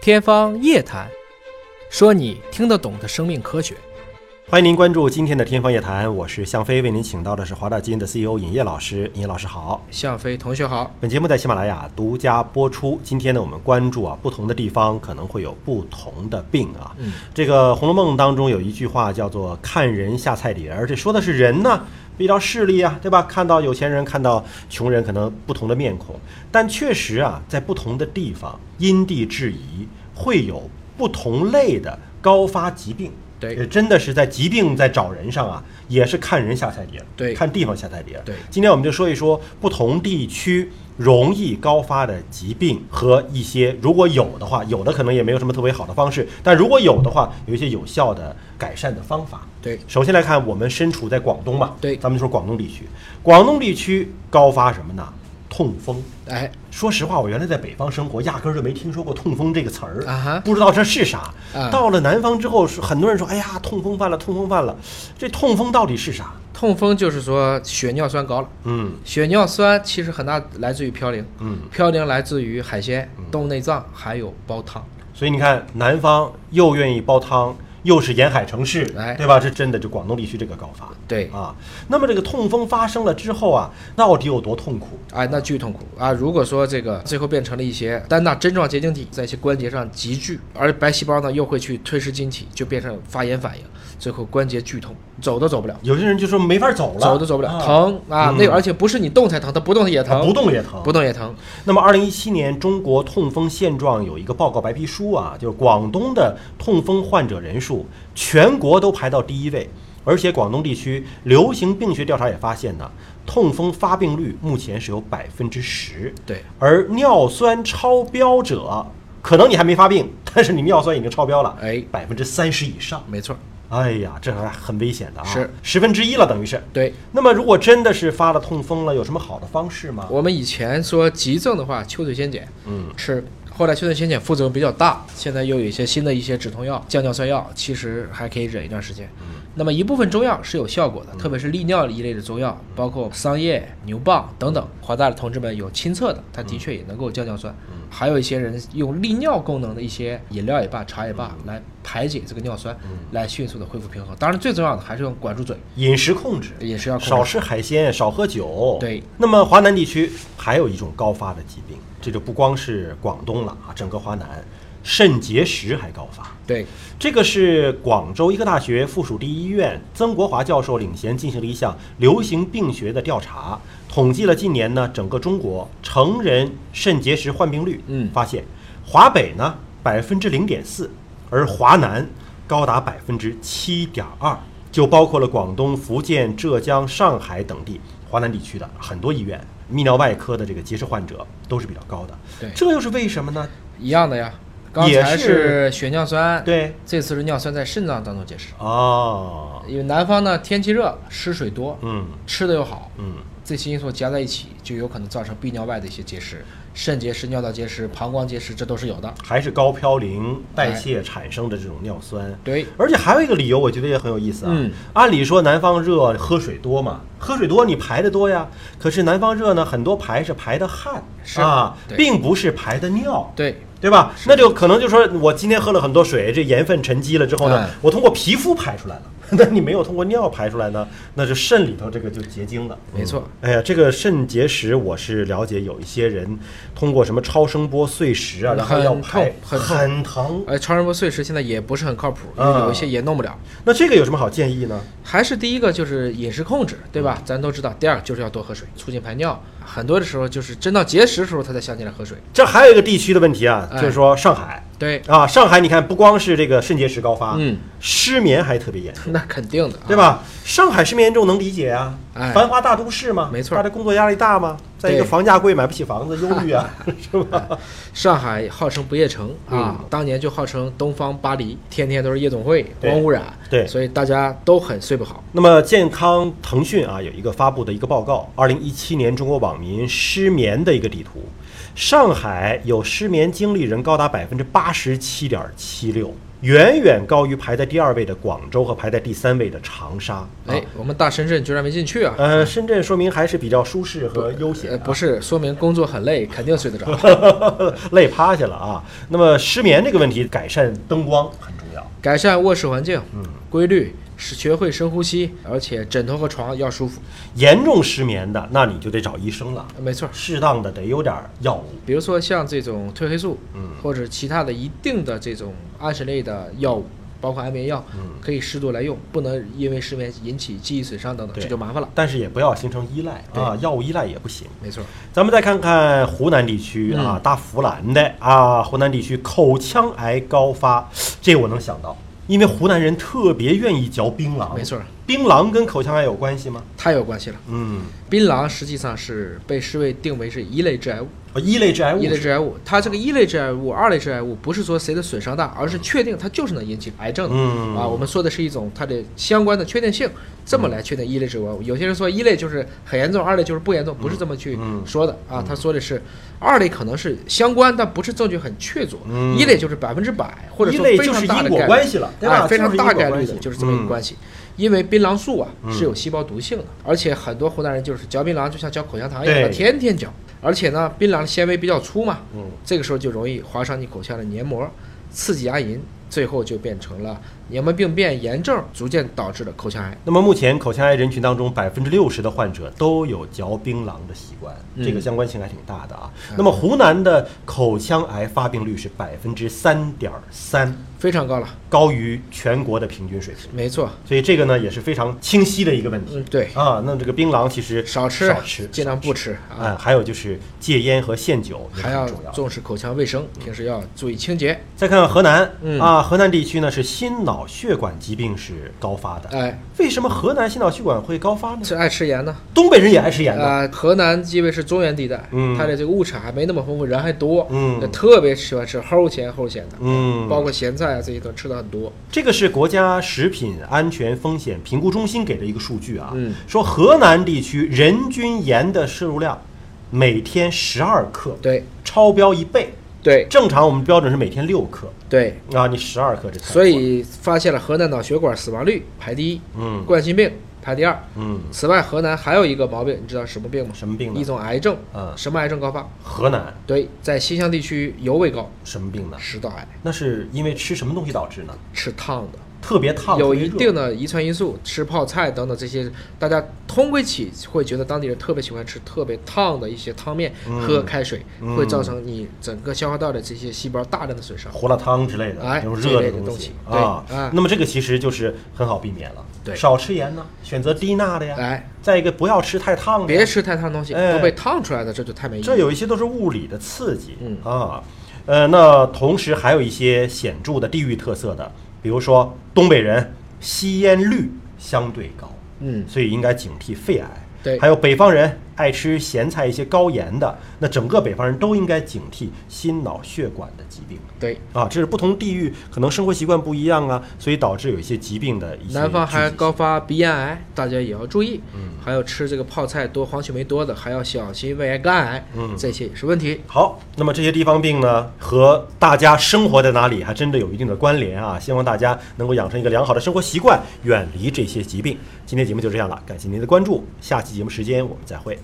天方夜谭，说你听得懂的生命科学。欢迎您关注今天的《天方夜谭》，我是向飞，为您请到的是华大基因的 CEO 尹烨老师。尹烨老师好，向飞同学好，本节目在喜马拉雅独家播出。今天呢，我们关注啊，不同的地方可能会有不同的病啊。嗯这个《红楼梦》当中有一句话叫做“看人下菜碟儿”，这说的是人呢，比较势利啊，对吧？看到有钱人，看到穷人，可能不同的面孔，但确实啊，在不同的地方因地制宜，会有不同类的高发疾病。对呃真的是在疾病在找人上啊，也是看人下菜碟儿，对看地方下菜碟儿。对今天我们就说一说不同地区容易高发的疾病和一些，如果有的话，有的可能也没有什么特别好的方式，但如果有的话，有一些有效的改善的方法。对首先来看，我们身处在广东嘛，对咱们就说广东地区，广东地区高发什么呢？痛风。哎，说实话，我原来在北方生活，压根儿就没听说过痛风这个词儿，啊哈不知道这是啥。啊到了南方之后，是很多人说：“哎呀，痛风犯了，痛风犯了。”这痛风到底是啥？痛风就是说血尿酸高了。嗯血尿酸其实很大来自于嘌呤，嗯，嘌呤来自于海鲜、动物内脏，还有煲汤。所以你看，南方又愿意煲汤，又是沿海城市哎，对吧？这真的就广东地区这个高发对，啊。那么这个痛风发生了之后啊，到底有多痛苦？啊，那巨痛苦啊！如果说这个最后变成了一些单钠针状结晶体在一些关节上集聚，而白细胞呢又会去吞噬晶体，就变成发炎反应，最后关节剧痛，走都走不了，有些人就说没法走了，走都走不了，啊疼啊！嗯那个而且不是你动才疼，它不动也啊疼，不动也疼，不动也疼。那么，二零一七年中国痛风现状有一个报告白皮书啊，就是广东的痛风患者人数全国都排到第一位，而且广东地区流行病学调查也发现呢，痛风发病率目前是有百分之十，对，而尿酸超标者可能你还没发病，但是你尿酸已经超标了，哎，百分之三十以上，没错，哎呀，这还很危险的啊，是十分之一了，等于是。对那么，如果真的是发了痛风了，有什么好的方式吗？我们以前说急症的话，秋水仙碱嗯。吃。后来秋水仙碱副作用比较大，现在又有一些新的一些止痛药、降尿酸药，其实还可以忍一段时间。嗯那么一部分中药是有效果的，特别是利尿一类的中药，嗯包括桑叶、牛蒡等等。华大的同志们有亲测的，嗯它的确也能够降尿酸。还有一些人用利尿功能的一些饮料也罢、茶也嗯罢，来排解这个尿酸，来迅速的恢复平衡。当然，最重要的还是用管住嘴，饮食控制，饮食要控制少吃海鲜，少喝酒。对，那么华南地区还有一种高发的疾病，这就不光是广东了啊，整个华南肾结石还高发。对，这个是广州医科大学附属第一医院曾国华教授领衔进行了一项流行病学的调查，统计了近年呢整个中国成人肾结石患病率，嗯发现华北呢百分之零点四，而华南高达百分之七点二，就包括了广东、福建、浙江、上海等地华南地区的很多医院泌尿外科的这个结石患者都是比较高的，对这又是为什么呢？一样的呀。刚也才是是血尿酸，对，这次是尿酸在肾脏当中结石。哦，因为南方呢天气热，湿水多，嗯吃的又好，嗯。这些因素加在一起，就有可能造成泌尿外的一些结石，肾结石、尿道结石、膀胱结石，这都是有的。还是高嘌呤代谢产生的这种尿酸。对，而且还有一个理由，我觉得也很有意思啊。哎嗯按理说南方热，喝水多嘛，喝水多你排的多呀。可是南方热呢，很多排是排的汗是啊，对并不是排的尿。对，对吧？那就可能就说我今天喝了很多水，这盐分沉积了之后呢嗯，我通过皮肤排出来了， 那你没有通过尿排出来呢，那就肾里头这个就结晶了。没错。哎呀，这个肾结石我是了解，有一些人通过什么超声波碎石啊，然后要很排痛很痛很疼。而哎超声波碎石现在也不是很靠谱，因啊为有一些也弄不了。那这个有什么好建议呢？还是第一个就是饮食控制，对吧？咱都知道。第二个就是要多喝水，促进排尿。很多的时候就是真到结石的时候，他才想起来喝水。这还有一个地区的问题啊，哎就是说上海对，啊，上海你看不光是这个肾结石高发，嗯， 失眠还特别严重。那肯定的、啊，对？吧？上海失眠严重能理解啊，哎繁华大都市嘛，没错大家工作压力大嘛，在一个对房价贵、买不起房子，忧 虑啊，是吧？上海号称不夜城嗯啊，当年就号称东方巴黎，天天都是夜总会，对光污染，对所以大家都很睡不好。那么，健康腾讯啊有一个发布的一个报告，二零一七年中国网民失眠的一个地图。上海有失眠经历人高达百分之八十七点七六，远远高于排在第二位的广州和排在第三位的长沙。啊哎，，我们大深圳居然没进去啊！呃，深圳说明还是比较舒适和悠闲、啊呃，不是，说明工作很累，肯定睡得着。 累趴下了啊。那么失眠这个问题，改善灯光很重要。改善卧室环境，嗯规律，是学会深呼吸，而且枕头和床要舒服。呃严重失眠的，那你就得找医生了，没错儿，适当的得有点药物。比如说像这种褪黑素，嗯或者其他的一定的这种安神类的药物，包括安眠药，嗯可以适度来用，不能因为失眠引起记忆损伤等等，对这就麻烦了。但是也不要形成依赖啊，药物依赖也不行。没错儿，咱们再看看湖南地区嗯啊，大福兰的啊，湖南地区口腔癌高发，这我能想到，因为湖南人特别愿意嚼槟榔。没错儿，槟榔跟口腔癌有关系吗？太有关系了。嗯，槟榔实际上是被世卫定为是一类致癌物，哦一类致癌物一类是。致癌物，它这个一类致癌物、二类致癌物不是说谁的损伤大，而是确定它就是能引起癌症的、嗯啊。我们说的是一种它的相关的确定性，这么来确定一类致癌物。有些人说一类就是很严重，二类就是不严重，不是这么去嗯说的、啊。他说的是二类可能是相关，但不是证据很确凿。嗯一类就是百分之百，或者一说类非就常是大因的果概率关系了，对吧？哎、非常大概率的就是因果关系就是这么一个嗯关系。因为槟榔素啊嗯是有细胞毒性的，而且很多湖南人就是嚼槟榔就像嚼口香糖一对样，天天嚼。而且呢，槟榔的纤维比较粗嘛，嗯这个时候就容易划伤你口腔的黏膜，刺激牙龈，最后就变成了黏膜病变、炎症，逐渐导致的口腔癌。那么目前口腔癌人群当中，百分之六十的患者都有嚼槟榔的习惯，嗯这个相关性还挺大的啊。那么湖南的口腔癌发病率是百分之三点三，非常高了，高于全国的平均水平，没错。所以这个呢也是非常清晰的一个问题嗯，对，啊。那这个槟榔其实少吃，少吃，尽量不吃啊。啊、还有就是戒烟和限酒也还很要重要。重视口腔卫生，平时要注意清洁。再看看河南、嗯啊，河南地区呢是心脑血管疾病是高发的。哎，为什么河南心脑血管会高发呢？这爱吃盐呢，东北人也爱吃盐的。啊、河南因为是中原地带，嗯它的这个物产还没那么丰富，人还多，嗯那特别喜欢吃齁咸齁咸的，嗯，包括咸菜啊这些都吃的很多。这个是国家食品安全风险评估中心给的一个数据啊，嗯说河南地区人均盐的摄入量每天十二克，对，超标一倍。对，正常我们标准是每天六克对，啊，你十二克这太多所以发现了河南脑血管死亡率排第一，嗯冠心病排第二。嗯，此外，河南还有一个毛病，你知道什么病吗？什么病呢啊一种癌症，嗯什么癌症高发？河南对，在新乡地区尤为高，什么病呢？食道癌，那是因为吃什么东西导致呢？吃烫的。特别烫，有特别一热定的遗传因素，吃泡菜等等这些，大家通归起会觉得当地人特别喜欢吃特别烫的一些汤面，嗯喝开水、嗯会造成你整个消化道的这些细胞大量的损伤。胡辣汤之类的，哎那种热这的类的东西西啊对哎。那么这个其实就是很好避免了，对少吃盐呢，选择低钠的呀。哎，再一个不要吃太烫的呀，别吃太烫的东西，哎都被烫出来的，这就太没意这义。有一些都是物理的刺激，嗯啊，呃，那同时还有一些显著的地域特色的，比如说东北人吸烟率相对高，嗯，所以应该警惕肺癌。对还有北方人爱吃咸菜一些高盐的，那整个北方人都应该警惕心脑血管的疾病对。啊，这是不同地域可能生活习惯不一样啊，所以导致有一些疾病的一些南方还聚集高发鼻咽癌，大家也要注意。嗯，还有吃这个泡菜多黄曲霉多的，还要小心胃癌、肝癌，嗯这些也是问题。好，那么这些地方病呢，和大家生活在哪里还真的有一定的关联啊！希望大家能够养成一个良好的生活习惯，远离这些疾病。今天节目就这样了，感谢您的关注，下期节目时间我们再会。